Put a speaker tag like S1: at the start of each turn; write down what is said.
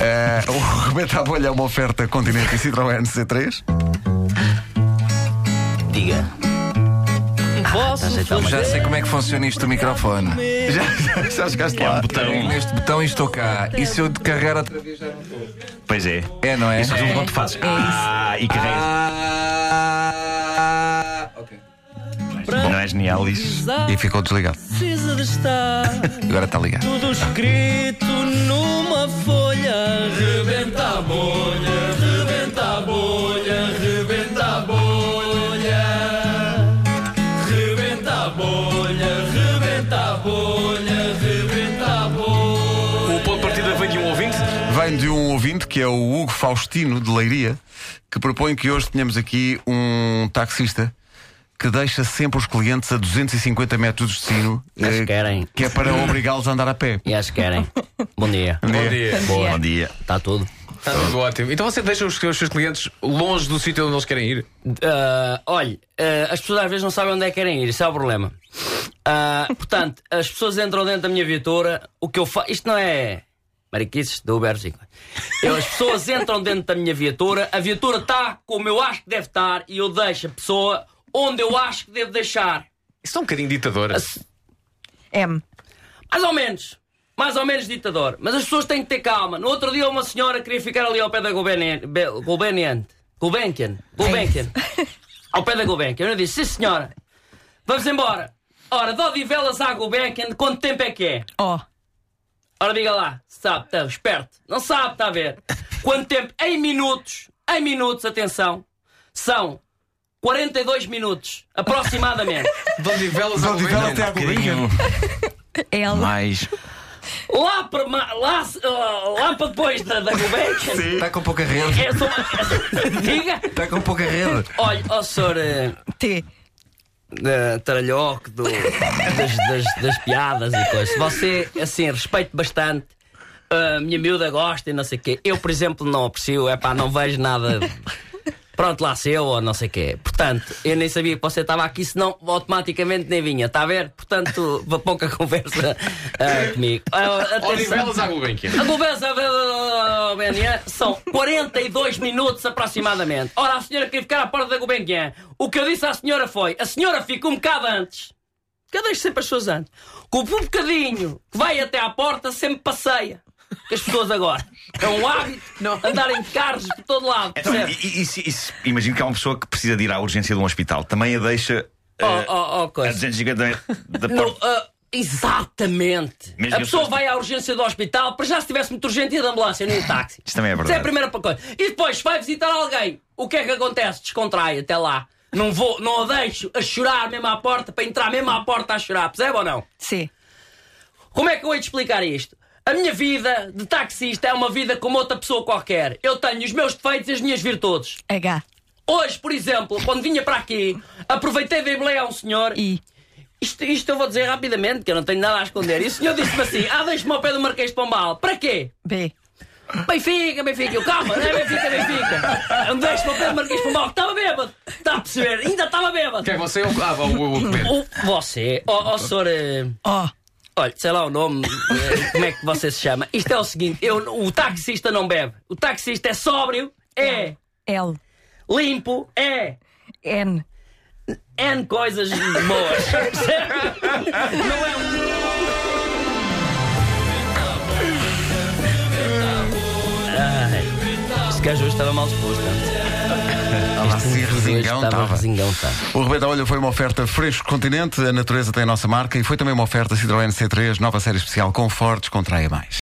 S1: Eh, o Rebenta a Bolha é uma oferta Continente e Citroën C3.
S2: Diga.
S3: Posso
S2: ajeitar uma
S3: fazer?
S4: Já sei como é que funciona isto do microfone.
S1: Já, já, já chegaste
S2: É
S1: lá.
S2: um botão.
S4: Neste botão e estou cá. E se eu de carregar outra vez já não estou?
S2: Pois é.
S4: É, não é?
S2: Isso resulta quando fazes. Ah, e carregas.
S4: Ah, ok.
S2: Não é genial isso?
S3: Exato,
S1: E ficou desligado.
S3: Precisa de estar
S4: Agora está ligado.
S3: tudo escrito numa folha. Rebenta a bolha, rebenta a bolha, rebenta a bolha. Rebenta a bolha, rebenta a bolha, rebenta a bolha.
S5: O ponto de partida vem de um ouvinte.
S1: Vem de um ouvinte que é o Hugo Faustino de Leiria, que propõe que hoje tenhamos aqui um taxista que deixa sempre os clientes a 250 metros de destino,
S2: Mas
S1: eh,
S2: querem.
S1: que é para obrigá-los a andar a pé.
S2: E acho que querem. Bom dia.
S5: Bom dia.
S2: Boa. Bom dia. Está tudo?
S5: Está tudo ótimo. Então você deixa os, os seus clientes longe do sítio onde eles querem ir?
S6: Ah, olha, ah, as pessoas às vezes não sabem onde é que querem ir, isso é o problema. Ah, portanto, as pessoas entram dentro da minha viatura, o que eu faço. Isto não é. Mariquices do Uber Zico. Eu, as pessoas entram dentro da minha viatura, a viatura está como eu acho que deve estar e eu deixo a pessoa onde eu acho que devo deixar.
S5: Isso é um bocadinho ditador.
S6: As-
S7: M.
S6: Mais ou menos. Mais ou menos ditador. Mas as pessoas têm que ter calma. No outro dia, uma senhora queria ficar ali ao pé da Gulbenian. Be- Gulbenian. Gulbenkian. Gulbenkian. Ao pé da Gulbenkian. Eu disse, sim senhora, vamos embora. Ora, de Odivelas à Gulbenkian, quanto tempo é que é?
S7: O.
S6: Ora, diga lá. Sabe, está esperto. Não sabe, está a ver. Quanto tempo? Em minutos. Em minutos, atenção. São 42 minutos, aproximadamente.
S5: De Odivelas a
S1: Odivelas
S5: Alvena.
S1: até à Gulbenkian.
S7: L.
S2: Mais.
S6: Lá para, ma- lá, lá para depois da, da Gulbenkian.
S4: Está com pouca rede.
S6: É só uma... Diga!
S4: Está Tá com pouca rede.
S6: Olha, ó senhor eh,
S7: T.
S6: eh, Taralhoque do- das, das- das piadas e coisas, você, assim, respeito bastante. A minha miúda gosta e não sei o quê. Eu, por exemplo, não aprecio, é pá, não vejo nada. de- Pronto, lá seu ou não sei o quê. Portanto, eu nem sabia que você estava aqui, senão automaticamente nem vinha, está a ver? Portanto, pouca conversa eh, comigo. Ah, atenção.
S5: Odivelas à Gulbenkian.
S6: A conversa da Gulbenkian são 42 minutos aproximadamente. Ora, a senhora queria ficar à porta da Gulbenkian. O que eu disse à senhora foi: a senhora fica um bocado antes. Que eu deixo sempre as pessoas antes. Com o bocadinho que vai até à porta, sempre passeia. Que as pessoas agora. É um hábito andar em carros por todo lado.
S2: Então,
S6: percebe?
S2: e- e- e se- e se- imagino que há uma pessoa que precisa de ir à urgência de um hospital. Também a deixa eh,
S6: Oh, oh, oh,
S2: a
S6: coisa.
S2: 250 da, da
S6: Não,
S2: porta.
S6: ah, exatamente. a
S2: Mesmo que
S6: pessoa
S2: as pessoas-
S6: vai à urgência do hospital, para já se tivesse muito urgente ia de ambulância, nem de táxi.
S2: Isto também é
S6: Isso é a
S2: verdade.
S6: primeira coisa. E depois vai visitar alguém. O que é que acontece? Descontrai até lá. Não vou, não a deixo a chorar mesmo à porta, para entrar mesmo à porta a chorar, percebe ou não?
S7: C.
S6: Como é que eu hei de explicar isto? A minha vida de taxista é uma vida como outra pessoa qualquer. Eu tenho os meus defeitos e as minhas virtudes.
S7: H.
S6: Hoje, por exemplo, quando vinha para aqui, aproveitei de emblear um senhor
S7: I.
S6: isto, isto eu vou dizer rapidamente, que eu não tenho nada a esconder. E o senhor disse-me assim: ah, deixe-me ao pé do Marquês de Pombal. Para quê?
S7: B.
S6: Benfica, Benfica. Eu, calma, não é Benfica, Benfica. Deixe-me ao pé do Marquês de Pombal, que estava bêbado. Está a perceber? Ainda estava bêbado.
S5: Quem é você? ou- Ah, o, o, o Clemente.
S6: O, você, ó ó, senhor. eh,
S7: O.
S6: Olha, sei lá o nome, eh, como é que você se chama. Isto é o seguinte: eu, o taxista não bebe. O taxista é sóbrio, é
S7: L.
S6: limpo, é
S7: N.
S6: N coisas boas. Não é um. Ai, Este gajo hoje estava mal disposto.
S1: Estava assim,
S6: Hoje
S1: resingão,
S6: estava
S1: estava.
S6: resingão, tá. estava.
S1: O Rebenta a Olho foi uma oferta fresco continente, a natureza tem a nossa marca e foi também uma oferta Citroën C3, nova série especial com Ford, contraia mais.